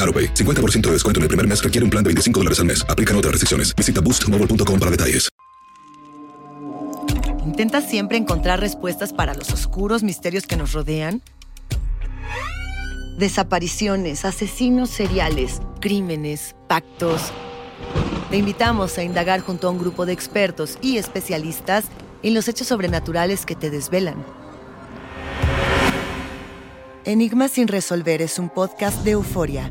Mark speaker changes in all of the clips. Speaker 1: AroPay. 50% de descuento en el primer mes requiere un plan de 25 dólares al mes. Aplican otras restricciones. Visita boostmobile.com para detalles.
Speaker 2: ¿Intentas siempre encontrar respuestas para los oscuros misterios que nos rodean? Desapariciones, asesinos seriales, crímenes, pactos. Te invitamos a indagar junto a un grupo de expertos y especialistas en los hechos sobrenaturales que te desvelan. Enigma sin resolver es un podcast de euforia.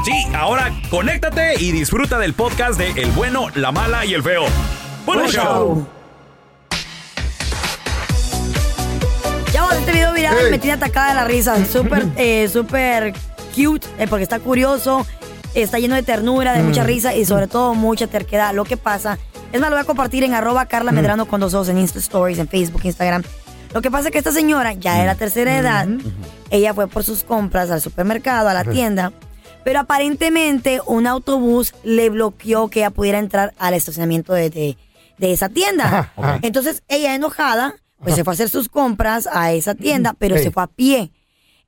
Speaker 3: Sí, ahora conéctate y disfruta del podcast de El bueno, la mala y el feo. Bueno,
Speaker 4: Buen
Speaker 3: show.
Speaker 4: show. Ya vamos a este video viral,
Speaker 5: Ey.
Speaker 4: me tiene atacada de la risa. Súper, eh, súper cute, eh, porque está curioso, está lleno de ternura, de mucha risa y sobre todo mucha terquedad. Lo que pasa, es más, lo voy a compartir en arroba Carla Medrano con dos ojos en Insta Stories, en Facebook, Instagram. Lo que pasa es que esta señora ya de la tercera edad, ella fue por sus compras al supermercado, a la tienda, pero aparentemente un autobús le bloqueó que ella pudiera entrar al estacionamiento de, de- de esa tienda.
Speaker 5: Ajá, ajá.
Speaker 4: Entonces ella enojada, pues se fue a hacer sus compras a esa tienda, pero
Speaker 5: Ey.
Speaker 4: se fue a pie.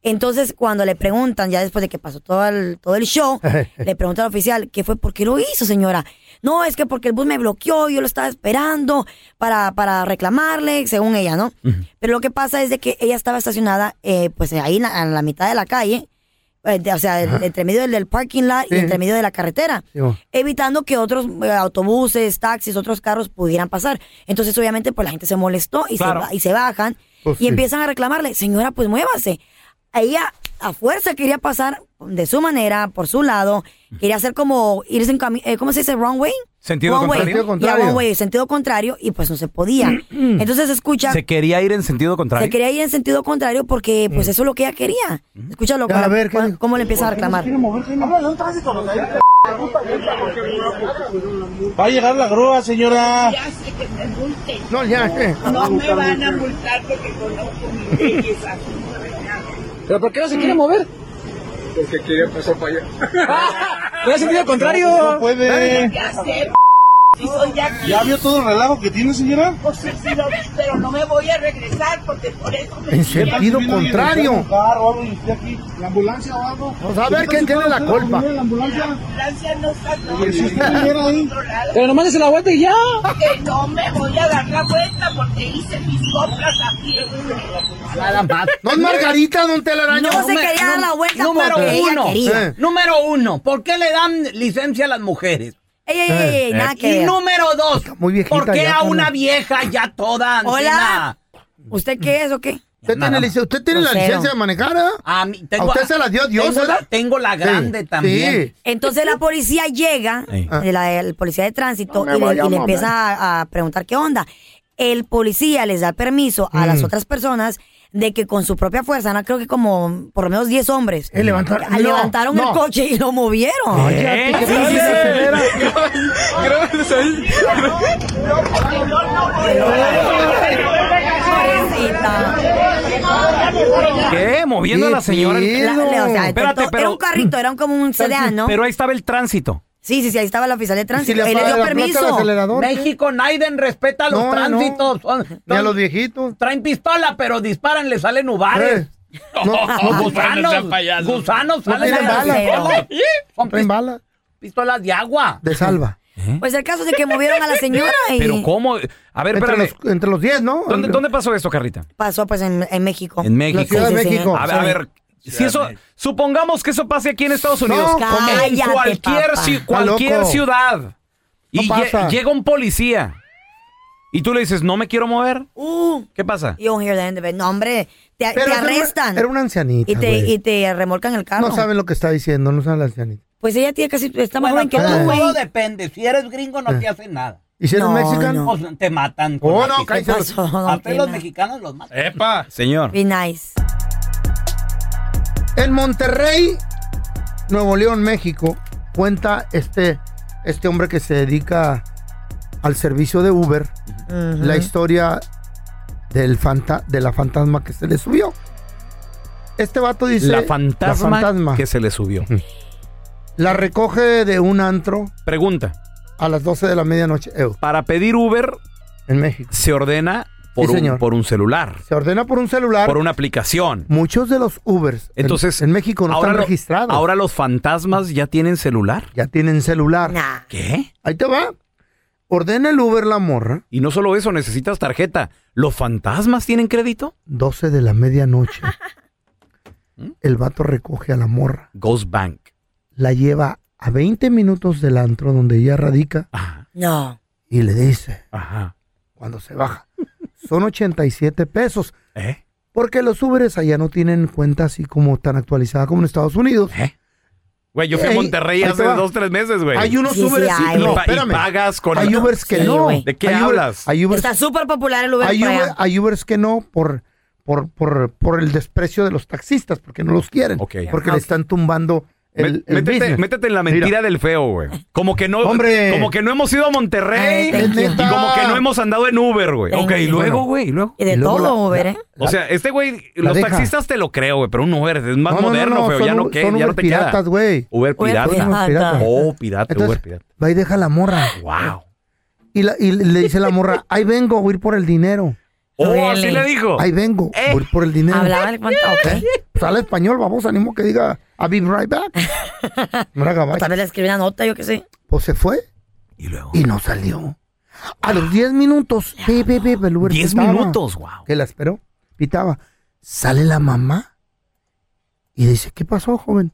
Speaker 4: Entonces cuando le preguntan, ya después de que pasó todo el, todo el show, le preguntan al oficial, ¿qué fue? ¿Por qué lo hizo, señora? No, es que porque el bus me bloqueó, yo lo estaba esperando para, para reclamarle, según ella, ¿no? Pero lo que pasa es de que ella estaba estacionada, eh, pues ahí en la, en la mitad de la calle, eh, de- o sea, el- entre medio del, del parking lot
Speaker 5: Sí.
Speaker 4: y entre medio de la carretera
Speaker 5: Sí, mo.
Speaker 4: evitando que otros eh, autobuses, taxis, otros carros pudieran pasar. Entonces, obviamente, pues la gente se molestó y,
Speaker 3: Claro.
Speaker 4: se, ba- y se bajan
Speaker 5: Pues
Speaker 4: y
Speaker 5: sí.
Speaker 4: empiezan a reclamarle, señora, pues muévase. Ella a fuerza quería pasar de su manera, por su lado, quería hacer como irse en cami- eh, ¿cómo se dice? Wrong way.
Speaker 6: Sentido
Speaker 4: Wrong way.
Speaker 6: contrario.
Speaker 5: Sentido contrario.
Speaker 4: Ya, wrong way, sentido contrario, y pues no se podía. Entonces escucha,
Speaker 6: Se
Speaker 4: se,
Speaker 6: quería ir en sentido contrario.
Speaker 4: quería ir en sentido contrario porque pues eso es lo que ella quería. Escúchalo,
Speaker 5: Ya, Mm. a
Speaker 4: cómo-
Speaker 5: ver, ¿qué
Speaker 4: cómo-
Speaker 5: dijo?
Speaker 4: cómo le empieza a reclamar.
Speaker 7: Va a llegar la grúa, señora.
Speaker 5: No, ya. eh.
Speaker 7: ¿Pero por qué no se quiere mover? Porque quiere pasar para allá. ¡No sentido contrario! No puede. Ya vio todo el relajo que tiene, señora?
Speaker 8: Pues pero no me voy a regresar porque por eso
Speaker 5: En sentido contrario.
Speaker 7: ¿La ambulancia o algo?
Speaker 5: Pues a ver quién tiene la culpa.
Speaker 7: ¿La ambulancia?
Speaker 8: ambulancia no está
Speaker 7: Pero nomás se la vuelta y ya.
Speaker 8: que no me voy a dar la vuelta porque hice mis compras aquí.
Speaker 5: Don Margarita, don Telaraño.
Speaker 4: No se quería dar la vuelta porque ella quería.
Speaker 5: Eh.
Speaker 9: Número uno, ¿por qué le dan licencia a las mujeres? Eh,
Speaker 4: Ey, ey, ey, ey, nada que
Speaker 9: Y
Speaker 4: ver.
Speaker 9: número dos,
Speaker 5: muy viejita
Speaker 9: ¿por qué
Speaker 5: ya,
Speaker 9: a
Speaker 5: Carla.
Speaker 9: una vieja ya toda anciana?
Speaker 4: Hola. ¿Usted qué es o qué?
Speaker 5: ¿Usted tiene, lic- usted tiene la
Speaker 4: Grosero.
Speaker 5: licencia de manejar? ah?
Speaker 9: A, mí, tengo
Speaker 5: ¿A usted
Speaker 9: a-
Speaker 5: se la dio Dios,
Speaker 9: tengo
Speaker 5: ¿verdad?
Speaker 9: la- tengo la
Speaker 5: Sí, Ah.
Speaker 9: grande también.
Speaker 4: Entonces la policía llega,
Speaker 9: Ey.
Speaker 4: la, el policía de tránsito,
Speaker 6: No me
Speaker 4: y, le-
Speaker 6: vaya
Speaker 4: y le
Speaker 6: a
Speaker 4: empieza a, a preguntar qué onda. El policía les da permiso a
Speaker 5: Mm.
Speaker 4: las otras personas de que con su propia fuerza, Ana, creo que como por lo menos 10 hombres,
Speaker 5: Eh, levantar-
Speaker 4: a-
Speaker 5: no,
Speaker 4: levantaron
Speaker 5: no.
Speaker 4: el coche y lo movieron.
Speaker 5: Cállate,
Speaker 4: Sí,
Speaker 5: que
Speaker 4: sí,
Speaker 5: te
Speaker 4: sí,
Speaker 5: acelera.
Speaker 10: ¿Qué? ¿Moviendo a la señora?
Speaker 4: sí. La- le- o sea, intentó- era un carrito, era un- como un sedán, ¿no?
Speaker 10: Pero ahí estaba el tránsito.
Speaker 4: Sí, sí, sí, ahí estaba la oficial de tránsito.
Speaker 10: si le
Speaker 4: Él le
Speaker 10: apaga
Speaker 4: dio
Speaker 10: la plata al
Speaker 4: permiso.
Speaker 10: acelerador?
Speaker 9: México, Naiden respeta a los
Speaker 4: No, no.
Speaker 9: tránsitos. Son-
Speaker 5: Ni a
Speaker 9: son-
Speaker 5: los viejitos. Eh.
Speaker 9: Traen pistola, pero disparan, le salen uvares.
Speaker 5: No, no, no
Speaker 9: gusanos,
Speaker 5: sean
Speaker 9: gusanos, gusanos,
Speaker 5: No
Speaker 9: salen
Speaker 5: tienen
Speaker 9: de las
Speaker 5: balas,
Speaker 9: pistolas. Son pis-
Speaker 5: balas.
Speaker 9: pistolas de agua.
Speaker 5: De salva.
Speaker 4: Pues el caso es de que movieron a la señora y
Speaker 10: ¿Eh? ¿Pero cómo? A ver,
Speaker 5: Entre
Speaker 10: espérame.
Speaker 5: los, entre los 10, ¿no?
Speaker 10: ¿Dónde, dónde pasó esto, Carrita?
Speaker 4: pasó pues en, en México.
Speaker 10: En México.
Speaker 5: La Ciudad de
Speaker 4: Sí, sí, sí.
Speaker 5: México.
Speaker 10: A ver, a ver, Si eso, supongamos que eso pase aquí en Estados Unidos.
Speaker 5: No,
Speaker 10: en
Speaker 4: cállate,
Speaker 10: cualquier,
Speaker 4: papá.
Speaker 10: ci-
Speaker 5: Está
Speaker 10: cualquier
Speaker 5: loco.
Speaker 10: ciudad. Y
Speaker 5: No
Speaker 10: lle-
Speaker 5: pasa.
Speaker 10: llega un policía. Y tú le dices, no me quiero mover.
Speaker 4: Uh,
Speaker 10: ¿Qué pasa?
Speaker 4: you don't hear the end of it. No, hombre, te, Eh, te
Speaker 5: Pero era una-
Speaker 4: arrestan.
Speaker 5: Era una ancianita.
Speaker 4: y te,
Speaker 5: güey.
Speaker 4: y te remolcan el carro.
Speaker 5: No saben lo que está diciendo, no saben la ancianita. Ah.
Speaker 4: Pues ella tiene casi, está más joven
Speaker 9: Bueno,
Speaker 4: que tú,
Speaker 9: todo,
Speaker 4: güey.
Speaker 9: todo depende. Si eres gringo, no te hacen nada.
Speaker 5: Eh. ¿Y si eres
Speaker 4: No,
Speaker 5: mexicano?
Speaker 9: O sea, te matan. con
Speaker 5: Oh,
Speaker 9: la
Speaker 5: no,
Speaker 9: pistola.
Speaker 5: cállese.
Speaker 4: Pasó, don
Speaker 9: A todos los
Speaker 4: Tela.
Speaker 9: mexicanos los matan.
Speaker 10: ¡Epa! Señor.
Speaker 4: Be nice.
Speaker 5: En Monterrey, Nuevo León, México, cuenta este, este hombre que se dedica al servicio de Uber la historia del fanta, de la fantasma que se le subió. Este vato dice...
Speaker 10: la, fantasma
Speaker 5: La fantasma.
Speaker 10: que se le subió.
Speaker 5: La recoge de un antro
Speaker 10: Pregunta.
Speaker 5: a las 12 de la medianoche eu,
Speaker 10: Para pedir Uber
Speaker 5: en México.
Speaker 10: se ordena por,
Speaker 5: Sí,
Speaker 10: un,
Speaker 5: señor.
Speaker 10: por un celular,
Speaker 5: Se ordena por un celular.
Speaker 10: por una aplicación.
Speaker 5: Muchos de los Ubers en-
Speaker 10: Entonces,
Speaker 5: en, México no están
Speaker 10: lo-
Speaker 5: registrados.
Speaker 10: Ahora los fantasmas ya tienen celular.
Speaker 5: ya tienen celular.
Speaker 4: Nah.
Speaker 10: ¿Qué?
Speaker 5: Ahí te va. Ordena el Uber la morra,
Speaker 10: Y no solo eso, necesitas tarjeta. ¿Los fantasmas tienen crédito? ¿Mm?
Speaker 5: 12 de la medianoche. El vato recoge a la morra,
Speaker 10: Ghost Bank.
Speaker 5: la lleva a 20 minutos del antro donde ella radica
Speaker 10: Ajá.
Speaker 4: No.
Speaker 5: y le dice,
Speaker 10: Ajá.
Speaker 5: cuando se baja, son 87 pesos.
Speaker 10: ¿Eh?
Speaker 5: Porque los Uberes allá no tienen cuenta así como tan actualizada como en Estados Unidos.
Speaker 10: ¿Eh? Güey, yo fui
Speaker 5: Ey,
Speaker 10: a Monterrey
Speaker 5: ahí
Speaker 10: hace
Speaker 5: te va.
Speaker 10: dos, tres meses, güey.
Speaker 5: Hay unos
Speaker 4: Sí, sí,
Speaker 5: Uberes
Speaker 4: hay.
Speaker 5: no,
Speaker 10: Y pa- y
Speaker 5: espérame.
Speaker 10: pagas con-
Speaker 5: Hay Ubers que
Speaker 4: Sí,
Speaker 5: no.
Speaker 4: güey.
Speaker 10: ¿De qué
Speaker 5: Hay Uber-
Speaker 10: hablas?
Speaker 5: hay Ubers
Speaker 4: Está súper popular el Uber
Speaker 5: hay,
Speaker 4: por
Speaker 5: Uber-
Speaker 4: allá.
Speaker 5: hay Ubers que no por, por, por, por el desprecio de los taxistas, porque no los quieren.
Speaker 10: Ok.
Speaker 5: Porque le están tumbando
Speaker 10: Me-
Speaker 5: el, el
Speaker 10: métete,
Speaker 5: business.
Speaker 10: métete en la mentira
Speaker 5: Mira.
Speaker 10: del feo, güey. Como que no,
Speaker 5: Hombre.
Speaker 10: como que no hemos ido a
Speaker 4: Ay,
Speaker 10: Monterrey
Speaker 4: thank
Speaker 10: y
Speaker 5: you.
Speaker 10: como que no hemos andado en Uber, güey.
Speaker 4: Thank
Speaker 10: Ok, y
Speaker 4: you.
Speaker 10: luego, güey, y luego.
Speaker 4: Y de
Speaker 5: Y luego
Speaker 4: todo
Speaker 5: la-
Speaker 4: Uber,
Speaker 5: la-
Speaker 4: ¿eh?
Speaker 10: O sea, este güey,
Speaker 5: La
Speaker 10: los
Speaker 5: deja.
Speaker 10: taxistas te lo creo, güey, pero un Uber es más
Speaker 5: No, no, no,
Speaker 10: moderno,
Speaker 5: no,
Speaker 10: feo.
Speaker 5: son
Speaker 10: ya no,
Speaker 5: Uber-
Speaker 10: que-
Speaker 5: son
Speaker 10: ya no
Speaker 5: Uber
Speaker 10: te
Speaker 5: piratas,
Speaker 10: queda.
Speaker 5: güey.
Speaker 10: Uber pirata.
Speaker 5: Son Uber
Speaker 4: pirata.
Speaker 5: piratas.
Speaker 10: Oh, pirata,
Speaker 5: Entonces,
Speaker 10: Uber pirata.
Speaker 5: va y deja a la morra.
Speaker 10: Wow.
Speaker 5: Y, la- y le dice la morra, ahí vengo, voy a ir por el dinero.
Speaker 10: Oh,
Speaker 4: Really.
Speaker 10: así le dijo.
Speaker 5: Ahí vengo,
Speaker 10: Eh.
Speaker 5: voy a ir por el dinero.
Speaker 4: Hablaba el cuento.
Speaker 5: ¿Eh?
Speaker 4: Ok.
Speaker 5: Pues habla español, vamos, animo que diga, I'll be right back. Mira,
Speaker 4: O Tal
Speaker 5: gabacho.
Speaker 4: vez le escribí una nota, yo qué sé.
Speaker 5: Pues se fue
Speaker 10: Y luego.
Speaker 5: y no salió. A los 10 minutos, ve, ve, ve, el Uber
Speaker 10: Diez
Speaker 5: pitaba.
Speaker 10: minutos, wow.
Speaker 5: que la esperó, pitaba. Sale la mamá y dice, ¿qué pasó, joven?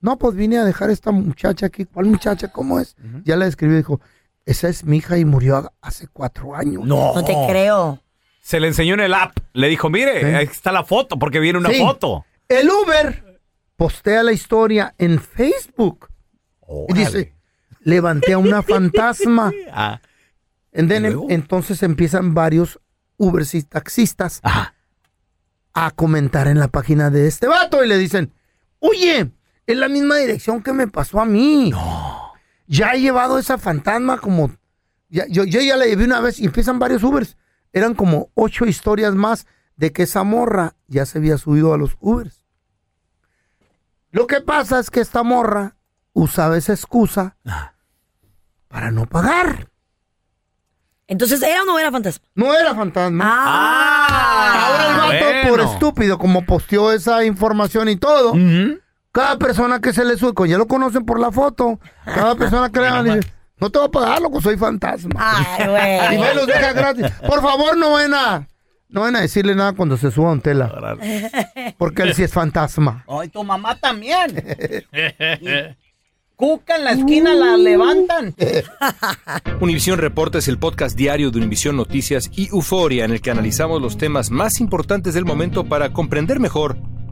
Speaker 5: No, pues vine a dejar a esta muchacha aquí. ¿Cuál muchacha? ¿Cómo es? Ya la describí y dijo, esa es mi hija y murió ha- hace cuatro años.
Speaker 10: No.
Speaker 4: No te creo.
Speaker 10: Se le enseñó en el app. Le dijo, mire,
Speaker 5: Sí.
Speaker 10: ahí está la foto, porque viene una
Speaker 5: Sí.
Speaker 10: foto.
Speaker 5: El Uber postea la historia en Facebook y
Speaker 10: Órale.
Speaker 5: dice, levanté a una fantasma.
Speaker 10: Ah,
Speaker 5: And then
Speaker 10: ¿Y
Speaker 5: em-
Speaker 10: luego?
Speaker 5: entonces empiezan varios Ubers y taxistas
Speaker 10: Ajá.
Speaker 5: a comentar en la página de este vato y le dicen, oye, es la misma dirección que me pasó a mí. Ya he llevado esa fantasma como... ya- yo, yo ya la llevé una vez y empiezan varios Ubers. Eran como ocho historias más de que esa morra ya se había subido a los Ubers. Lo que pasa es que esta morra usaba esa excusa para no pagar.
Speaker 4: Entonces, ¿era o no era fantasma?
Speaker 5: No era fantasma. Ahora el
Speaker 4: Ah.
Speaker 5: vato,
Speaker 10: bueno.
Speaker 5: por estúpido, como posteó esa información y todo,
Speaker 10: Ujú.
Speaker 5: cada persona que se le sube, con- ya lo conocen por la foto, cada persona que le dan, dice, no te voy a pagar, loco, soy fantasma.
Speaker 4: Ay,
Speaker 5: Y va y
Speaker 4: güey.
Speaker 5: los deja gratis. Por favor, no ven a, no ven a decirle nada cuando se suba a un tela,
Speaker 10: Órale.
Speaker 5: porque él sí es fantasma.
Speaker 9: Ay, tu mamá también. cuca en la esquina la levantan.
Speaker 6: Univisión Reporta es el podcast diario de Univisión Noticias y Euforia en el que analizamos los temas más importantes del momento para comprender mejor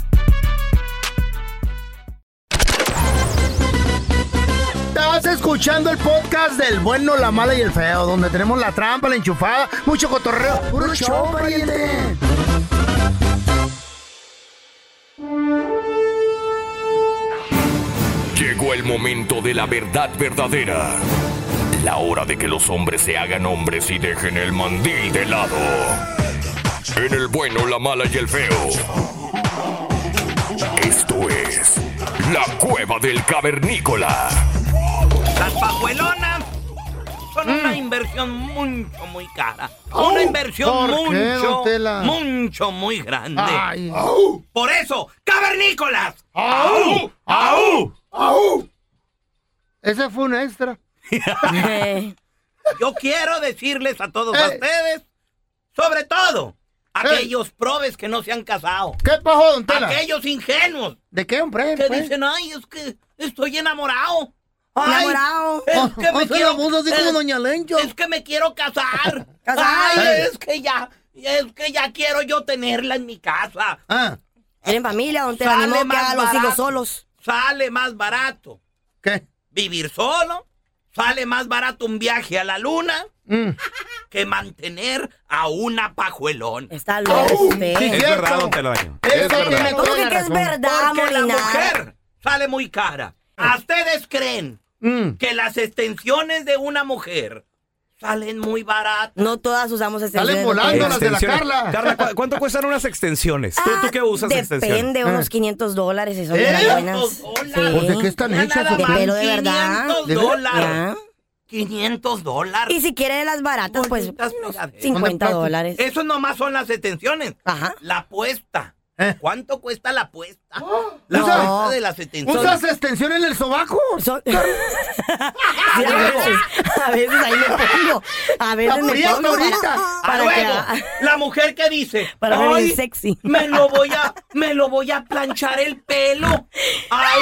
Speaker 5: Estás escuchando el podcast del bueno, la mala y el feo, donde tenemos la trampa, la enchufada, mucho cotorreo. ¡Puro show, pariente!
Speaker 11: Llegó el momento de la verdad verdadera. La hora de que los hombres se hagan hombres y dejen el mandil de lado. En el bueno, la mala y el feo. Esto es la cueva del cavernícola.
Speaker 9: Las pajuelonas son una inversión mucho, muy cara.
Speaker 5: Oh,
Speaker 9: Una inversión
Speaker 3: Oh, ¿por qué, don
Speaker 9: mucho,
Speaker 3: Tela?
Speaker 9: mucho, muy grande.
Speaker 3: Ay.
Speaker 9: Por eso, cavernícolas.
Speaker 3: ¡Au! ¡Au!
Speaker 5: ¡Au! Ese fue un extra.
Speaker 9: Yo quiero decirles a todos
Speaker 5: Eh.
Speaker 9: ustedes, sobre todo, aquellos probes que no se han casado.
Speaker 5: Eh. ¿Qué pasó, don Tela?
Speaker 9: Aquellos ingenuos.
Speaker 5: ¿De qué, hombre?
Speaker 9: Que
Speaker 5: pues?
Speaker 9: dicen, ay, es que estoy enamorado. Ay,
Speaker 4: Enamorado.
Speaker 9: Es que
Speaker 4: Con-
Speaker 9: me
Speaker 4: con
Speaker 9: quiero,
Speaker 4: su abuso, así como
Speaker 9: es-
Speaker 4: Doña Lencho.
Speaker 9: Es que me quiero casar.
Speaker 4: Casar.
Speaker 9: Ay, es que ya, es que ya quiero yo tenerla en mi casa.
Speaker 4: Tienen familia, donde
Speaker 9: Ah. Sale
Speaker 4: animó que
Speaker 9: más
Speaker 4: hagan los
Speaker 9: barato.
Speaker 4: hijos solos.
Speaker 9: Sale más barato.
Speaker 5: ¿Qué?
Speaker 9: Vivir solo. Sale más barato un viaje a la luna que mantener a una pajuelón.
Speaker 4: Está loco usted.
Speaker 9: Sí,
Speaker 10: Es
Speaker 9: cierto.
Speaker 10: verdad, don Telaraño.
Speaker 9: Eso
Speaker 10: Es verdad.
Speaker 9: tiene
Speaker 4: ¿Cómo
Speaker 9: toda
Speaker 4: que
Speaker 9: la
Speaker 4: que es
Speaker 9: razón.
Speaker 4: verdad,
Speaker 9: Porque la
Speaker 4: Molinar?
Speaker 9: mujer sale muy cara. ¿A ustedes creen que las extensiones de una mujer salen muy baratas?
Speaker 4: No todas usamos ese
Speaker 10: Extensiones. Carla, ¿cu- ¿cuánto cuestan unas extensiones? ¿Tú, tú qué usas extensiones?
Speaker 4: Ah, Depende,
Speaker 9: Ah.
Speaker 4: unos 500 dólares y son de las
Speaker 10: ¿Eh?
Speaker 4: buenas.
Speaker 5: Eh. Pues, ¿de qué están
Speaker 4: Ya
Speaker 5: hechas,
Speaker 4: nada
Speaker 5: hombre?
Speaker 4: más, De pelo de verdad.
Speaker 9: 500
Speaker 4: ¿De
Speaker 9: dólares.
Speaker 4: verdad?
Speaker 9: 500 dólares.
Speaker 4: Y si quiere de las baratas, pues unos 50 dólares.
Speaker 9: Eh, Eso nomás son las extensiones. La apuesta.
Speaker 5: Eh.
Speaker 9: ¿Cuánto cuesta la apuesta? La
Speaker 5: ¿Usas-
Speaker 9: apuesta de las extensiones.
Speaker 5: ¿Usas extensión en el sobaco?
Speaker 4: Sí, a veces, a veces ahí me pongo. A veces me
Speaker 9: Aprieto
Speaker 4: pongo
Speaker 9: ahorita.
Speaker 4: para, para
Speaker 9: Ah,
Speaker 4: que
Speaker 9: luego, la mujer que dice,
Speaker 4: Para ver
Speaker 9: "Ay,
Speaker 4: el sexy".
Speaker 9: Me lo voy a me lo voy a planchar el pelo. Ay,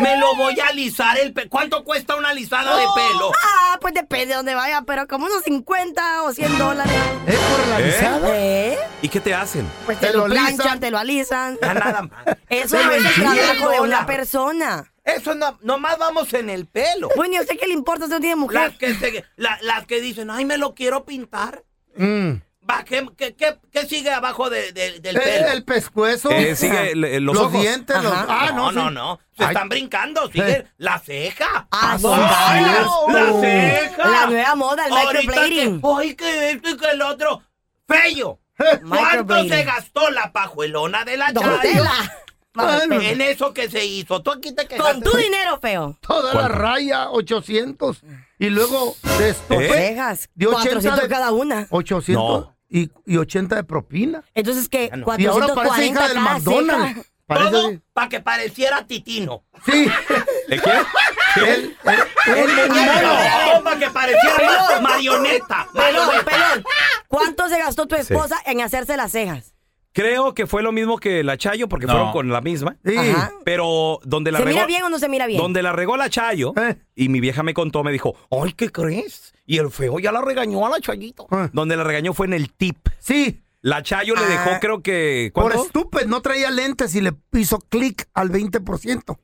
Speaker 9: me lo voy a alisar el pelo. ¿Cuánto cuesta una alisada de pelo?
Speaker 4: Ah, pues depende de dónde vaya, pero como unos 50 o 100 dólares.
Speaker 5: ¿Es por la
Speaker 10: alisada?
Speaker 4: ¿Eh?
Speaker 10: ¿Y qué te hacen?
Speaker 4: Pues te, lo planchan, te lo alisan.
Speaker 9: nada más.
Speaker 4: Eso
Speaker 9: Pero
Speaker 4: no es el
Speaker 9: 100
Speaker 4: trabajo de
Speaker 9: dólares.
Speaker 4: una persona.
Speaker 9: Eso no, nomás vamos en el pelo.
Speaker 4: Bueno, yo sé que le importa, usted no tiene mujer.
Speaker 9: Las que, se- la- las que dicen, ay, me lo quiero pintar.
Speaker 5: Mm.
Speaker 9: Va, ¿qué, qué- qué- qué sigue abajo de- de- del
Speaker 5: Eh,
Speaker 9: pelo?
Speaker 5: el pescuezo.
Speaker 10: Eh, sigue el- el- los ojos.
Speaker 5: dientes. los-
Speaker 10: Ajá.
Speaker 5: Ah, no,
Speaker 9: no, no,
Speaker 5: sí.
Speaker 9: no. Se
Speaker 5: Ay. Eh.
Speaker 9: están brincando, sigue la ceja.
Speaker 4: Ah, son
Speaker 9: Ay,
Speaker 4: varias,
Speaker 9: la,
Speaker 4: tú.
Speaker 9: la ceja.
Speaker 4: La nueva moda, el
Speaker 9: Ahorita
Speaker 4: microblading.
Speaker 9: que- Ay, que esto y que el otro. Fello. ¿Cuánto
Speaker 4: Microblading.
Speaker 9: se gastó la pajuelona de la
Speaker 4: Don
Speaker 9: chavala?
Speaker 4: Tela. Bueno.
Speaker 9: En eso que se hizo. Tú aquí te quedaste.
Speaker 4: Con tu dinero, feo.
Speaker 5: Toda
Speaker 4: ¿Cuánto?
Speaker 5: la raya, 800. Y luego de esto.
Speaker 10: ¿Eh?
Speaker 5: pues,
Speaker 4: Cejas, 400 cada una.
Speaker 5: 800 y, y 80 de propina.
Speaker 4: Entonces, ¿qué?
Speaker 5: Y ahora parece hija
Speaker 4: 440
Speaker 5: del
Speaker 4: cada
Speaker 5: McDonald's.
Speaker 4: ceja.
Speaker 5: Parece-
Speaker 9: Todo para que pareciera titino.
Speaker 5: Sí.
Speaker 10: ¿De qué?
Speaker 9: Para que pareciera
Speaker 4: Pelón.
Speaker 9: marioneta.
Speaker 4: Pelón,
Speaker 9: marioneta.
Speaker 4: pelón. ¿Cuánto se gastó tu
Speaker 10: Sí.
Speaker 4: esposa en hacerse las cejas?
Speaker 10: Creo que fue lo mismo que la Chayo, porque
Speaker 3: No.
Speaker 10: fueron con la misma.
Speaker 4: Ajá.
Speaker 10: Pero donde la
Speaker 4: ¿Se
Speaker 10: regó,
Speaker 4: mira bien o no se mira bien?
Speaker 10: donde la regó la Chayo,
Speaker 5: Eh.
Speaker 10: y mi vieja me contó, me dijo, ay, ¿qué crees? Y el feo ya la regañó a la Chayito. Donde la regañó fue en el tip.
Speaker 5: Eh. Sí.
Speaker 10: La Chayo
Speaker 4: Ah.
Speaker 10: le dejó, creo que.
Speaker 5: Por
Speaker 10: ¿cuánto?
Speaker 5: estúpido, no traía lentes y le hizo clic al 20%.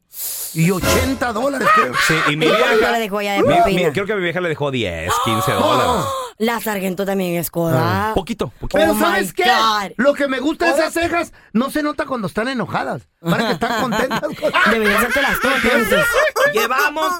Speaker 5: Y 80 dólares, creo.
Speaker 10: Sí, y mi
Speaker 4: ¿Y
Speaker 10: vieja.
Speaker 4: cuánto le dejó ella de
Speaker 10: mi- mi-
Speaker 4: propina?
Speaker 10: creo que mi vieja le dejó 10, 15 dólares.
Speaker 4: La sargento también es coda.
Speaker 10: Poquito,
Speaker 5: Ah. Pero
Speaker 4: Oh
Speaker 5: ¿sabes
Speaker 4: my
Speaker 5: qué?
Speaker 4: God.
Speaker 5: Lo que me gusta de
Speaker 4: Ahora-
Speaker 5: esas cejas no se nota cuando están enojadas. Para que están contentas.
Speaker 4: Deberías hacértelas tú, entonces.
Speaker 9: Llevamos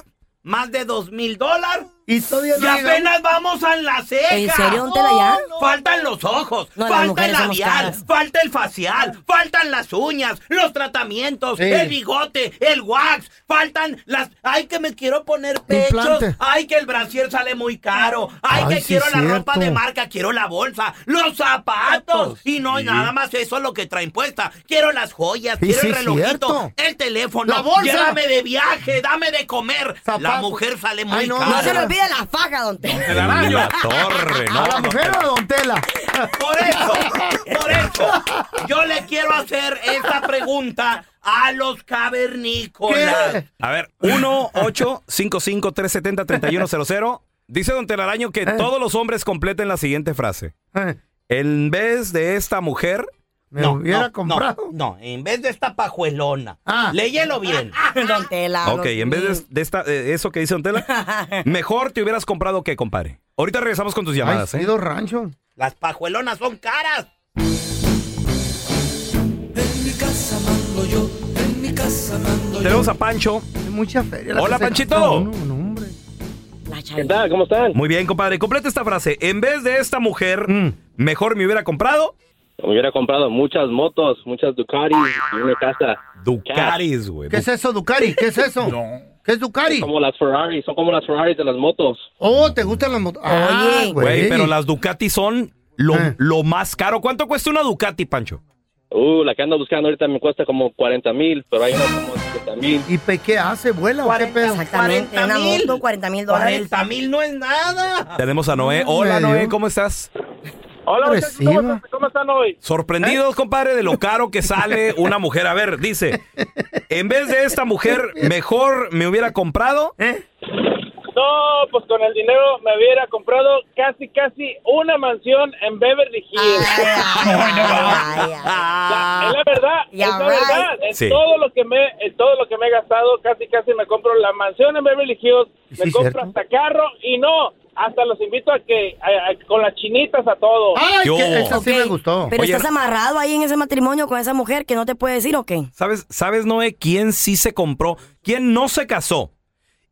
Speaker 9: más de dos mil dólares.
Speaker 5: Y todavía
Speaker 9: Y
Speaker 5: no llegamos.
Speaker 9: apenas vamos a la ceja.
Speaker 4: ¿En serio, don Tela, ya?
Speaker 9: Faltan los ojos,
Speaker 4: No, las
Speaker 9: falta el
Speaker 4: mujeres somos
Speaker 9: labial,
Speaker 4: caras.
Speaker 9: falta el facial, faltan las uñas, los tratamientos,
Speaker 5: Sí.
Speaker 9: el bigote, el wax, faltan las... Ay, que me quiero poner pechos,
Speaker 5: Implante.
Speaker 9: ay, que el brasier sale muy caro, ay,
Speaker 5: Ay,
Speaker 9: que
Speaker 5: sí,
Speaker 9: quiero la
Speaker 5: cierto.
Speaker 9: ropa de marca, quiero la bolsa, los zapatos, y no es nada más eso lo que traen puesta. Quiero las joyas,
Speaker 5: Sí,
Speaker 9: quiero
Speaker 5: sí,
Speaker 9: el relojito,
Speaker 5: cierto.
Speaker 9: el teléfono,
Speaker 5: La bolsa.
Speaker 9: llévame de viaje, dame de comer. La
Speaker 5: Zapatos.
Speaker 9: mujer sale muy
Speaker 5: Ay, no,
Speaker 9: cara.
Speaker 4: No se le olvide la faja, don Tela.
Speaker 10: El araño. La torre, no,
Speaker 5: ¿A la
Speaker 10: no,
Speaker 5: mujer o a Don Tela?
Speaker 9: Por eso, por eso, yo le quiero hacer esta pregunta a los cavernícolas.
Speaker 5: ¿Qué?
Speaker 10: A ver, 1-855-370-3100. Dice Don Telaraño que todos los hombres completen la siguiente frase.
Speaker 5: Eh,
Speaker 10: En vez de esta mujer,
Speaker 5: Me hubiera comprado.
Speaker 9: No, no, en vez de esta pajuelona,
Speaker 5: Ah.
Speaker 9: léyelo bien.
Speaker 4: Don Tela.
Speaker 10: ok, en vez de, de esta, eh, eso que dice Don Tela, mejor te hubieras comprado que, compadre. Ahorita regresamos con tus
Speaker 5: Ay,
Speaker 10: llamadas,
Speaker 5: sí,
Speaker 10: ¿eh?
Speaker 5: dos rancho.
Speaker 9: Las pajuelonas son caras.
Speaker 10: Tenemos a Pancho.
Speaker 5: Hay mucha feria. la
Speaker 10: Hola,
Speaker 5: que se
Speaker 10: Panchito.
Speaker 5: gasta uno, no, hombre.
Speaker 4: La
Speaker 12: ¿Qué
Speaker 4: Chayo.
Speaker 12: tal? ¿Cómo están?
Speaker 10: Muy bien, compadre. Completa esta frase. En vez de esta mujer,
Speaker 5: Mm.
Speaker 10: mejor me hubiera comprado
Speaker 12: Me hubiera comprado muchas motos, muchas Ducati y una casa.
Speaker 10: Ducaris, güey.
Speaker 5: ¿Qué es eso, Ducari? ¿Qué es eso? ¿Qué es Ducari?
Speaker 12: Como las Ferrari, son como las Ferrari de las motos.
Speaker 5: Oh, ¿te gustan las motos? Ah,
Speaker 4: Oye.
Speaker 10: Güey, pero las Ducati son lo,
Speaker 5: Eh.
Speaker 10: lo más caro. ¿Cuánto cuesta una Ducati, Pancho?
Speaker 12: Uh, la que ando buscando ahorita me cuesta como 40 mil, pero hay unas como 50 mil.
Speaker 5: ¿Y pe- qué hace? ¿Vuela o qué pedo?
Speaker 4: Exactamente.
Speaker 9: 40
Speaker 4: Una
Speaker 9: mil.
Speaker 4: moto, 40 mil dólares.
Speaker 9: 40 mil no es nada.
Speaker 10: Tenemos a
Speaker 5: Ah,
Speaker 10: Noé. Hola,
Speaker 5: medio.
Speaker 10: Noé, ¿cómo estás?
Speaker 12: Hola, muchachos, ¿cómo,
Speaker 5: Agresiva.
Speaker 12: están- ¿Eh? cómo están hoy?
Speaker 10: Sorprendidos, compadre, de lo caro que sale una mujer. A ver, dice, en vez de esta mujer, mejor me hubiera comprado.
Speaker 5: ¿Eh?
Speaker 12: No, pues con el dinero me hubiera comprado casi, casi una mansión en Beverly Hills.
Speaker 4: Ay, ay, ay.
Speaker 12: La- es la verdad,
Speaker 4: Ya,
Speaker 12: es la
Speaker 4: right.
Speaker 12: verdad. En
Speaker 10: Sí.
Speaker 12: todo lo que me, en todo lo que me he gastado, casi casi me compro la mansión en Beverly Hills,
Speaker 5: Y
Speaker 12: me
Speaker 5: sí,
Speaker 12: compro
Speaker 5: cierto.
Speaker 12: hasta carro y no, hasta los invito a que a- a- con las chinitas a todos.
Speaker 5: Ay,
Speaker 10: Yo.
Speaker 5: que esa sí
Speaker 4: Ok,
Speaker 5: me gustó.
Speaker 4: Pero
Speaker 10: Oye,
Speaker 4: estás
Speaker 10: no-
Speaker 4: amarrado ahí en ese matrimonio con esa mujer que no te puede decir o qué.
Speaker 10: ¿Sabes, ¿Sabes, Noé, quién sí se compró? ¿Quién no se casó?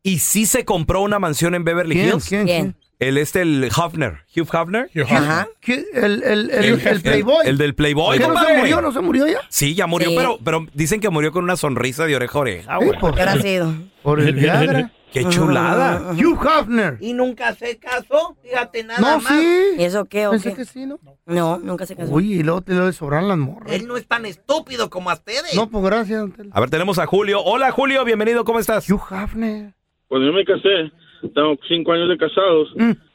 Speaker 10: Y sí se compró una mansión en Beverly
Speaker 5: ¿Quién?
Speaker 10: Hills.
Speaker 5: ¿Quién?
Speaker 4: Bien.
Speaker 5: ¿Quién?
Speaker 10: El este, el Hafner. Hugh Hafner.
Speaker 4: Ajá.
Speaker 5: ¿Quién? El, el, el, el, Playboy.
Speaker 10: El, del Playboy,
Speaker 5: ¿Qué, no se
Speaker 10: compadre.
Speaker 5: murió? ¿No se murió ya?
Speaker 10: Sí, ya murió,
Speaker 4: Sí.
Speaker 10: pero, pero dicen que murió con una sonrisa de oreja a oreja,
Speaker 5: Sí,
Speaker 10: güey.
Speaker 5: por,
Speaker 4: ¿Qué habrá sido?
Speaker 5: por el Viagra.
Speaker 10: Qué chulada.
Speaker 5: Hugh Hafner.
Speaker 9: Y nunca se casó, fíjate nada
Speaker 5: No,
Speaker 9: más.
Speaker 4: ¿Y
Speaker 5: sí.
Speaker 4: eso qué o
Speaker 5: Pensé
Speaker 4: qué?
Speaker 5: que sí, ¿no?
Speaker 4: No, nunca se casó.
Speaker 5: Uy, y luego te lo de sobrar las morras.
Speaker 9: Él no es tan estúpido como a ustedes.
Speaker 5: No, pues gracias, don Tela.
Speaker 10: A ver, tenemos a Julio. Hola, Julio, bienvenido, ¿cómo estás?
Speaker 5: Hugh Hafner.
Speaker 13: Cuando yo me casé, tengo cinco años de casados,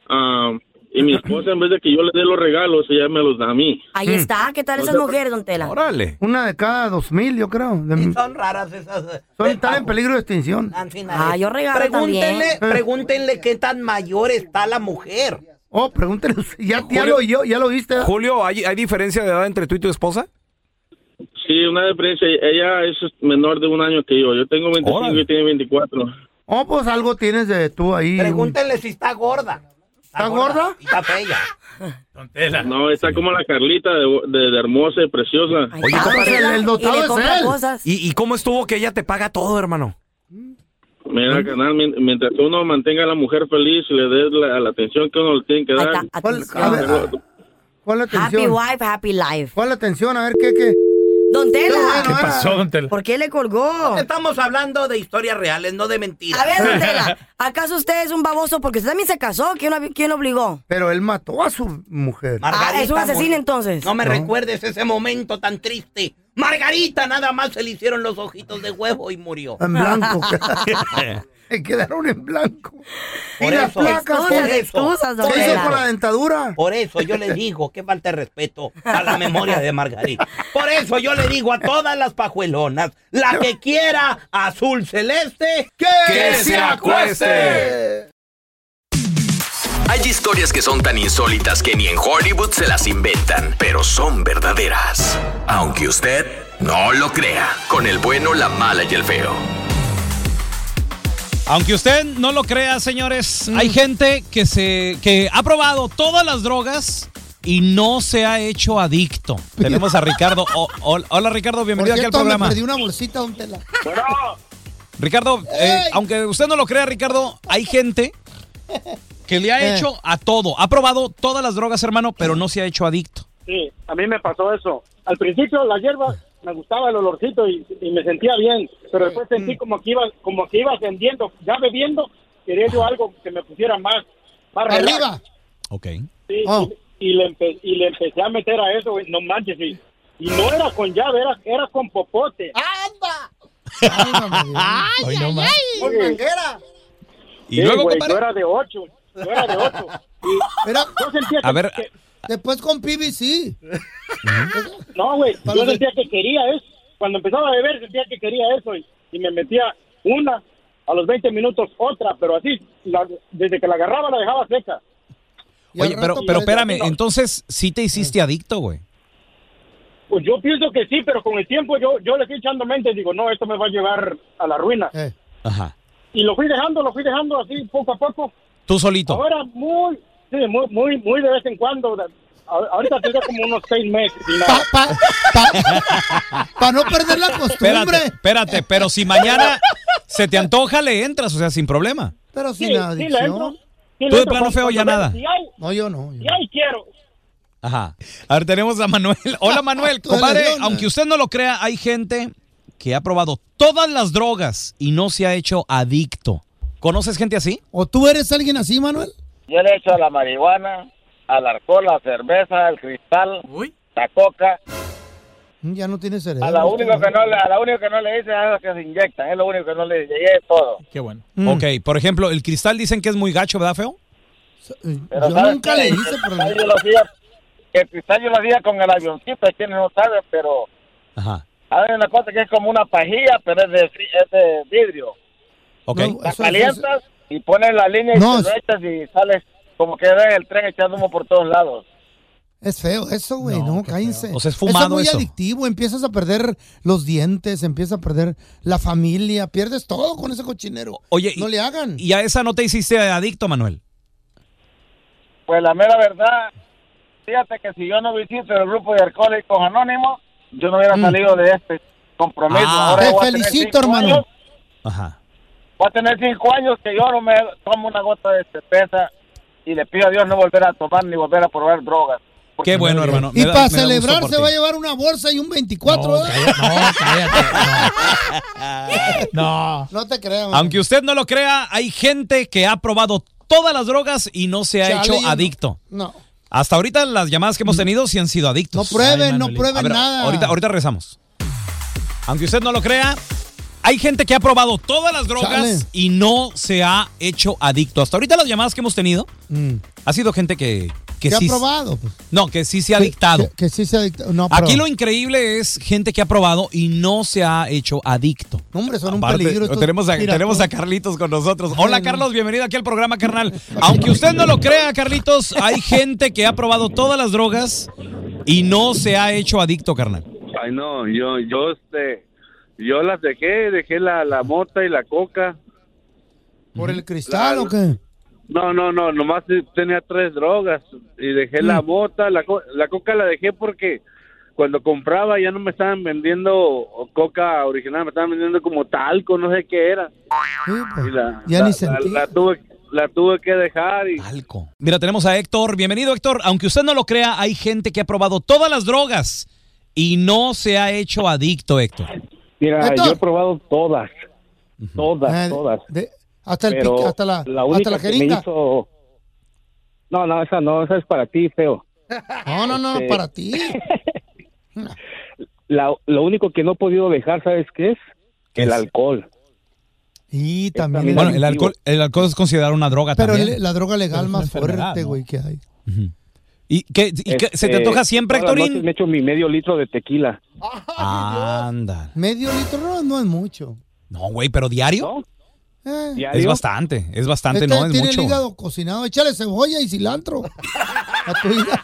Speaker 13: am, y mi esposa en vez de que yo le dé los regalos, ella me los da a mí.
Speaker 5: Hmm.
Speaker 4: Ahí está. ¿Qué
Speaker 5: Pues
Speaker 4: tal esas mujeres, don Tela?
Speaker 10: Órale.
Speaker 5: Una de cada dos mil, yo creo. De-
Speaker 9: Sí, son raras esas. eh,
Speaker 5: son,
Speaker 9: del
Speaker 5: están en
Speaker 9: pajo.
Speaker 5: peligro de extinción. Eh.
Speaker 9: Nancy,
Speaker 4: Ah, yo regalo
Speaker 9: pregúntenle,
Speaker 4: también.
Speaker 9: pregúntenle qué tan mayor está la mujer.
Speaker 5: Oh, pregúntale. usted. Ya, ya lo oyó, ya lo viste.
Speaker 10: Julio, ¿hay, hay diferencia de edad entre tú y tu esposa?
Speaker 13: Sí, una diferencia, ella es menor de un año que yo. Yo tengo 25 y
Speaker 10: Órale.
Speaker 13: ella tiene 24.
Speaker 5: Oh, pues algo tienes de tú ahí.
Speaker 9: Pregúntenle si está gorda.
Speaker 5: ¿Está gorda?
Speaker 9: Y está fea.
Speaker 13: No, está como la Carlita de, de- de hermosa y preciosa.
Speaker 4: Ahí
Speaker 10: Oye,
Speaker 4: está,
Speaker 10: compadre,
Speaker 4: don Tela,
Speaker 5: Ah, pues el- el dotado
Speaker 4: y le
Speaker 5: es
Speaker 4: compra
Speaker 5: él.
Speaker 4: cosas.
Speaker 10: ¿Y, y cómo estuvo que ella te paga todo, hermano?
Speaker 13: Mira, canal, mien- mientras uno mantenga a la mujer feliz y le dé la, la atención que uno le tiene que
Speaker 4: Ahí
Speaker 13: dar.
Speaker 4: está,
Speaker 5: ¿Cuál,
Speaker 4: atención.
Speaker 5: a ver, ¿cuál
Speaker 4: Happy
Speaker 5: atención?
Speaker 4: wife, happy life.
Speaker 5: ¿Cuál atención? A ver, ¿qué, qué?
Speaker 4: Don
Speaker 5: ¿Qué
Speaker 4: Tela,
Speaker 5: pasó,
Speaker 10: don Tela?
Speaker 4: ¿por qué le colgó?
Speaker 9: Estamos hablando de historias reales, no de mentiras.
Speaker 4: A ver, don Tela, ¿acaso usted es un baboso? Porque usted también se casó. ¿Quién lo, quién lo obligó?
Speaker 5: Pero él mató a su mujer.
Speaker 9: Margarita
Speaker 4: Ah, es un asesino,
Speaker 9: Mon-
Speaker 4: entonces.
Speaker 9: No me
Speaker 5: No.
Speaker 9: recuerdes ese momento tan triste. Margarita nada más se le hicieron los ojitos de huevo y murió.
Speaker 5: En blanco. Quedaron en blanco. y las placas.
Speaker 9: por
Speaker 5: ¿qué-
Speaker 9: eso,
Speaker 5: ¿Qué hizo con la dentadura?
Speaker 9: Por eso yo le digo que falta de respeto a la memoria de Margarita. Por eso yo le digo a todas las pajuelonas, la que quiera azul celeste, que,
Speaker 11: Hay historias que son tan insólitas que ni en Hollywood se las inventan, pero son verdaderas. Aunque usted no lo crea, con el bueno, la mala y el feo.
Speaker 10: Aunque usted no lo crea, señores, hay gente que se que ha probado todas las drogas y no se ha hecho adicto. Tenemos a Ricardo. O- hol- hola Ricardo,
Speaker 5: Por
Speaker 10: bienvenido aquí al
Speaker 5: cierto,
Speaker 10: programa.
Speaker 5: me perdí una bolsita, don Tela.
Speaker 10: Ricardo, eh, aunque usted no lo crea, Ricardo, hay gente que le ha
Speaker 12: Eh.
Speaker 10: hecho a todo. Ha probado todas las drogas, hermano,
Speaker 5: Eh.
Speaker 10: pero no se ha hecho adicto.
Speaker 12: Sí, a mí me pasó eso. Al principio la hierba me gustaba el olorcito y, y me sentía bien, pero después sentí como que iba como que iba ascendiendo, ya bebiendo, quería yo algo que me pusiera más más relax.
Speaker 10: Arriba. Ok.
Speaker 12: Sí, y, y le empe- y le empecé a meter a eso, güey, no manches, y, y no era con llave, era, era con popote.
Speaker 5: ¡Anda!
Speaker 10: Hoy no más.
Speaker 5: Con manguera.
Speaker 10: Y luego,
Speaker 12: güey,
Speaker 10: compadre.
Speaker 12: yo era de ocho, yo era de ocho. Y yo sentía
Speaker 10: A ver,
Speaker 5: Después con PBC.
Speaker 12: No, güey,
Speaker 5: Para
Speaker 12: yo
Speaker 5: los-
Speaker 12: sentía que quería eso. Cuando empezaba a beber, sentía que quería eso y, y me metía una, a los 20 minutos otra, pero así, la- desde que la agarraba la dejaba seca.
Speaker 10: Oye, pero, pero espérame, entonces sí te
Speaker 5: Eh.
Speaker 10: hiciste adicto, güey.
Speaker 12: Pues yo pienso que sí, pero con el tiempo yo, yo le fui echando mente y digo, no, esto me va a llevar a la ruina.
Speaker 5: Eh.
Speaker 10: Ajá.
Speaker 12: Y lo fui dejando, lo fui dejando así poco a poco.
Speaker 10: Tú solito.
Speaker 12: Ahora muy, sí, muy, muy, muy de vez en cuando. A- Ahorita tengo como unos seis meses. y nada.
Speaker 5: Para no perder la costumbre.
Speaker 10: Espérate, espérate, pero si mañana se te antoja, le entras, o sea, sin problema.
Speaker 5: Pero sin
Speaker 12: Sí, sí,
Speaker 5: adicción.
Speaker 12: le entro. Sí, le
Speaker 10: Tú de
Speaker 12: entro
Speaker 10: plano
Speaker 12: con-
Speaker 10: feo ya
Speaker 12: cuando veo-
Speaker 10: nada.
Speaker 12: Si hay,
Speaker 5: No, yo no.
Speaker 12: si hay, quiero.
Speaker 10: Ajá. A ver, tenemos a Manuel. Hola, Manuel.
Speaker 5: Tú eres
Speaker 10: Compadre,
Speaker 5: león,
Speaker 10: aunque usted no lo crea, hay gente que ha probado todas las drogas y no se ha hecho adicto. ¿Conoces gente así?
Speaker 5: ¿O tú eres alguien así, Manuel?
Speaker 14: Yo le echo a la marihuana, al alcohol, la cerveza, el cristal, la coca.
Speaker 5: Mm, Ya no tienes cerebro.
Speaker 14: A
Speaker 10: pues,
Speaker 14: la única que no le, a la única que no le hice es a los que se inyectan, es lo único que no le llegué todo.
Speaker 10: Qué bueno.
Speaker 5: Mm.
Speaker 10: Ok, por ejemplo, el cristal dicen que es muy gacho, ¿verdad, feo?
Speaker 5: eh,
Speaker 14: Pero
Speaker 10: Yo
Speaker 14: ¿sabes
Speaker 10: nunca
Speaker 14: qué?
Speaker 10: le
Speaker 14: El
Speaker 10: hice,
Speaker 14: cristal yo lo hacía- El cristal yo lo hacía con el avioncito, hay quienes no saben, pero
Speaker 10: Ajá.
Speaker 14: hay una cosa que es como una pajilla, pero es de, fri- es de vidrio.
Speaker 10: Ok.
Speaker 14: La calientas y pones la línea y
Speaker 5: No,
Speaker 14: te lo echas y sales como que ves el tren echando humo por todos lados.
Speaker 5: Es feo eso, güey. No, cállense.
Speaker 10: O sea, es fumado
Speaker 5: muy
Speaker 10: eso.
Speaker 5: adictivo. Empiezas a perder los dientes, empiezas a perder la familia, pierdes todo con ese cochinero.
Speaker 10: Oye,
Speaker 5: no le hagan.
Speaker 10: Y a esa no te hiciste adicto, Manuel.
Speaker 14: Pues la mera verdad, fíjate que si yo no visito el grupo de alcohólicos anónimos, yo no hubiera
Speaker 10: Mm.
Speaker 14: salido de este compromiso.
Speaker 10: Ah.
Speaker 14: Ahora
Speaker 10: Te
Speaker 14: voy a tener
Speaker 10: felicito,
Speaker 14: cinco
Speaker 10: hermano.
Speaker 14: años-
Speaker 10: Ajá.
Speaker 14: voy a tener cinco años que yo no me tomo una gota de cerveza y le pido a Dios no volver a tomar ni volver a probar drogas.
Speaker 10: Qué bueno, hermano.
Speaker 5: Y
Speaker 10: Me da-
Speaker 5: para
Speaker 10: me da gusto
Speaker 5: celebrar
Speaker 10: por
Speaker 5: se
Speaker 10: ti.
Speaker 5: va a llevar una bolsa y un 24. ¿eh?
Speaker 10: No.
Speaker 5: No te creas, man.
Speaker 10: Aunque usted no lo crea, hay gente que ha probado todas las drogas y no se ha
Speaker 5: Chale, yo
Speaker 10: hecho
Speaker 5: no.
Speaker 10: adicto.
Speaker 5: No.
Speaker 10: Hasta ahorita las llamadas que hemos tenido sí han sido adictos.
Speaker 5: Mm. No prueben, Ay, no Manuelito. prueben
Speaker 10: A ver,
Speaker 5: nada.
Speaker 10: Ahorita, ahorita regresamos. Aunque usted no lo crea, hay gente que ha probado todas las drogas
Speaker 5: Chale.
Speaker 10: y no se ha hecho adicto. Hasta ahorita las llamadas que hemos tenido
Speaker 5: Mm.
Speaker 10: ha sido gente que, que
Speaker 5: ¿Qué ha
Speaker 10: sí-
Speaker 5: probado? pues?
Speaker 10: No, que sí se ha adictado.
Speaker 5: Que sí se adicta. No, Oh, pero-
Speaker 10: Aquí lo increíble es gente que ha probado y no se ha hecho adicto.
Speaker 5: No, hombre, son
Speaker 10: Aparte,
Speaker 5: un peligro. estos
Speaker 10: tenemos, a,
Speaker 5: piratas.
Speaker 10: tenemos a Carlitos con nosotros. Hola Carlos, bienvenido aquí al programa, carnal. Aunque usted no lo crea, Carlitos, hay gente que ha probado todas las drogas y no se ha hecho adicto, carnal.
Speaker 15: Ay, no, yo, yo, este, yo las dejé, dejé la, la mota y la coca.
Speaker 5: ¿Por el cristal o qué?
Speaker 15: No, no, no, nomás tenía tres drogas y dejé la
Speaker 7: Mm.
Speaker 15: mota, la, co- la coca la dejé porque cuando compraba ya no me estaban vendiendo coca original, me estaban vendiendo como talco, no sé qué era.
Speaker 7: Ah,
Speaker 15: Y la,
Speaker 5: ya
Speaker 15: la-
Speaker 5: ni
Speaker 15: la-
Speaker 5: sentí.
Speaker 15: la tuve, la tuve que dejar y...
Speaker 10: Mira, tenemos a Héctor. Bienvenido, Héctor. Aunque usted no lo crea, hay gente que ha probado todas las drogas y no se ha hecho adicto, Héctor.
Speaker 15: Mira,
Speaker 5: Héctor.
Speaker 15: yo he probado todas, todas, todas.
Speaker 5: Ah, Hasta, el
Speaker 15: Pero
Speaker 5: pique, hasta la, hasta
Speaker 15: única
Speaker 5: la
Speaker 15: que me
Speaker 5: jeringa.
Speaker 15: hizo- No, no, esa no, esa es para ti, feo.
Speaker 5: No, no, no,
Speaker 15: Este-
Speaker 5: para ti.
Speaker 12: la- lo único que no he podido dejar, ¿sabes qué es? el alcohol.
Speaker 10: Y
Speaker 12: también
Speaker 10: Bueno,
Speaker 12: es
Speaker 10: el alcohol, el alcohol es considerado una droga
Speaker 5: Pero
Speaker 10: también.
Speaker 5: le- la droga legal
Speaker 10: es una
Speaker 5: más
Speaker 10: enfermedad,
Speaker 5: fuerte,
Speaker 10: ¿no?
Speaker 5: güey, que hay.
Speaker 10: ¿Y qué, y qué- se te
Speaker 12: Este,
Speaker 10: antoja siempre,
Speaker 12: todas las
Speaker 10: Héctorín?
Speaker 12: noches Me echo mi medio litro de tequila.
Speaker 10: Anda.
Speaker 5: Medio litro no, no es mucho.
Speaker 10: No, güey, pero diario.
Speaker 5: Eh.
Speaker 10: Es bastante, es bastante,
Speaker 5: Este
Speaker 10: no, es
Speaker 5: tiene
Speaker 10: mucho.
Speaker 5: el hígado cocinado. Échale cebolla y cilantro. A tu hígado.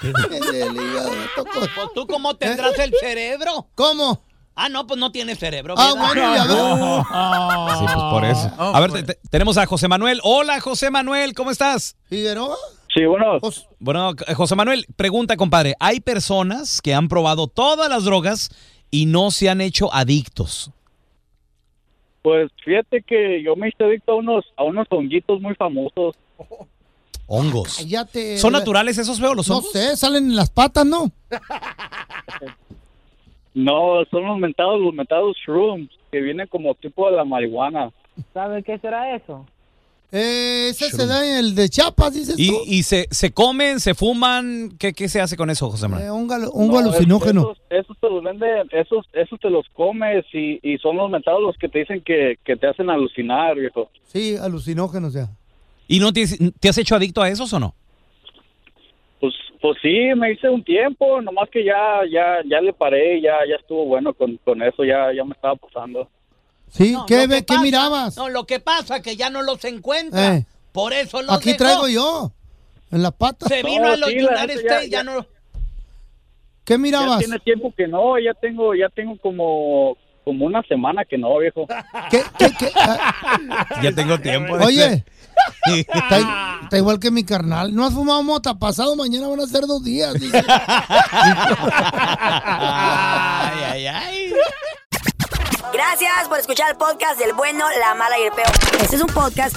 Speaker 5: Tiene el hígado.
Speaker 9: Pues tú cómo tendrás el cerebro.
Speaker 5: ¿Cómo?
Speaker 9: Ah, no, pues no tiene cerebro.
Speaker 5: Ah,
Speaker 9: ¿verdad?
Speaker 5: bueno, ya ves.
Speaker 10: Sí, pues por eso.
Speaker 5: Ah,
Speaker 10: a ver, te- te- tenemos a José Manuel. Hola, José Manuel, ¿cómo estás?
Speaker 5: ¿Figueroa?
Speaker 12: Sí, bueno.
Speaker 10: Bueno, eh, José Manuel, pregunta, compadre. Hay personas que han probado todas las drogas y no se han hecho adictos.
Speaker 12: Pues fíjate que yo me hice adicto a unos, a unos honguitos muy famosos.
Speaker 10: Hongos.
Speaker 5: Cállate.
Speaker 10: ¿Son naturales esos feos los
Speaker 5: No
Speaker 10: hongos?
Speaker 5: sé, salen en las patas, ¿no?
Speaker 12: No, son los mentados, los mentados shrooms, que vienen como tipo de la marihuana.
Speaker 14: ¿Sabe qué será eso?
Speaker 5: Eh, ese se da en el de Chiapas, dices
Speaker 10: ¿Y,
Speaker 5: tú.
Speaker 10: y se, se comen, se fuman? ¿Qué, qué se hace con eso, José Manuel?
Speaker 5: Eh, un gal- un
Speaker 12: No,
Speaker 5: alucinógeno.
Speaker 12: Esos, esos te los venden, esos, esos te los comes y, y son los mentados los que te dicen que, que te hacen alucinar, viejo.
Speaker 5: Sí, alucinógenos ya.
Speaker 10: ¿Y no te, te has hecho adicto a esos o no?
Speaker 12: Pues, pues sí, me hice un tiempo, nomás que ya, ya, ya le paré, ya, ya estuvo bueno con, con eso, ya, ya me estaba pasando.
Speaker 5: Sí, ¿qué, ve- qué
Speaker 9: pasa-
Speaker 5: mirabas?
Speaker 9: No, lo que pasa es que ya no los encuentra.
Speaker 5: Eh.
Speaker 9: Por eso los
Speaker 5: Aquí
Speaker 9: dejó.
Speaker 5: traigo yo. En las patas.
Speaker 9: Se vino a los United States, ya, no...
Speaker 5: ¿Qué mirabas?
Speaker 12: Ya tiene tiempo que no, ya tengo, ya tengo como, como una semana que no, viejo.
Speaker 5: Ah.
Speaker 10: Ya tengo tiempo.
Speaker 5: Oye, está, i- está igual que mi carnal. No has fumado mota. Pasado mañana van a ser dos días. dice.
Speaker 4: Gracias por escuchar el podcast del bueno, la mala y el peor. Este es un podcast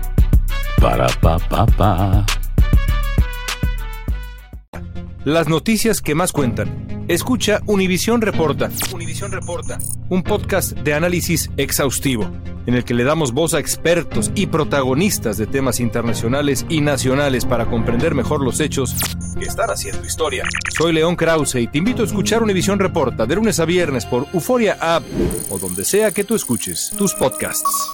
Speaker 16: Para, pa, pa, pa.
Speaker 6: Las noticias que más cuentan. Escucha Univisión Reporta,
Speaker 17: Univisión reporta.
Speaker 6: un podcast de análisis exhaustivo, en el que le damos voz a expertos y protagonistas de temas internacionales y nacionales para comprender mejor los hechos que están haciendo historia. Soy León Krause y te invito a escuchar Univisión Reporta de lunes a viernes por Euforia App o donde sea que tú escuches tus podcasts.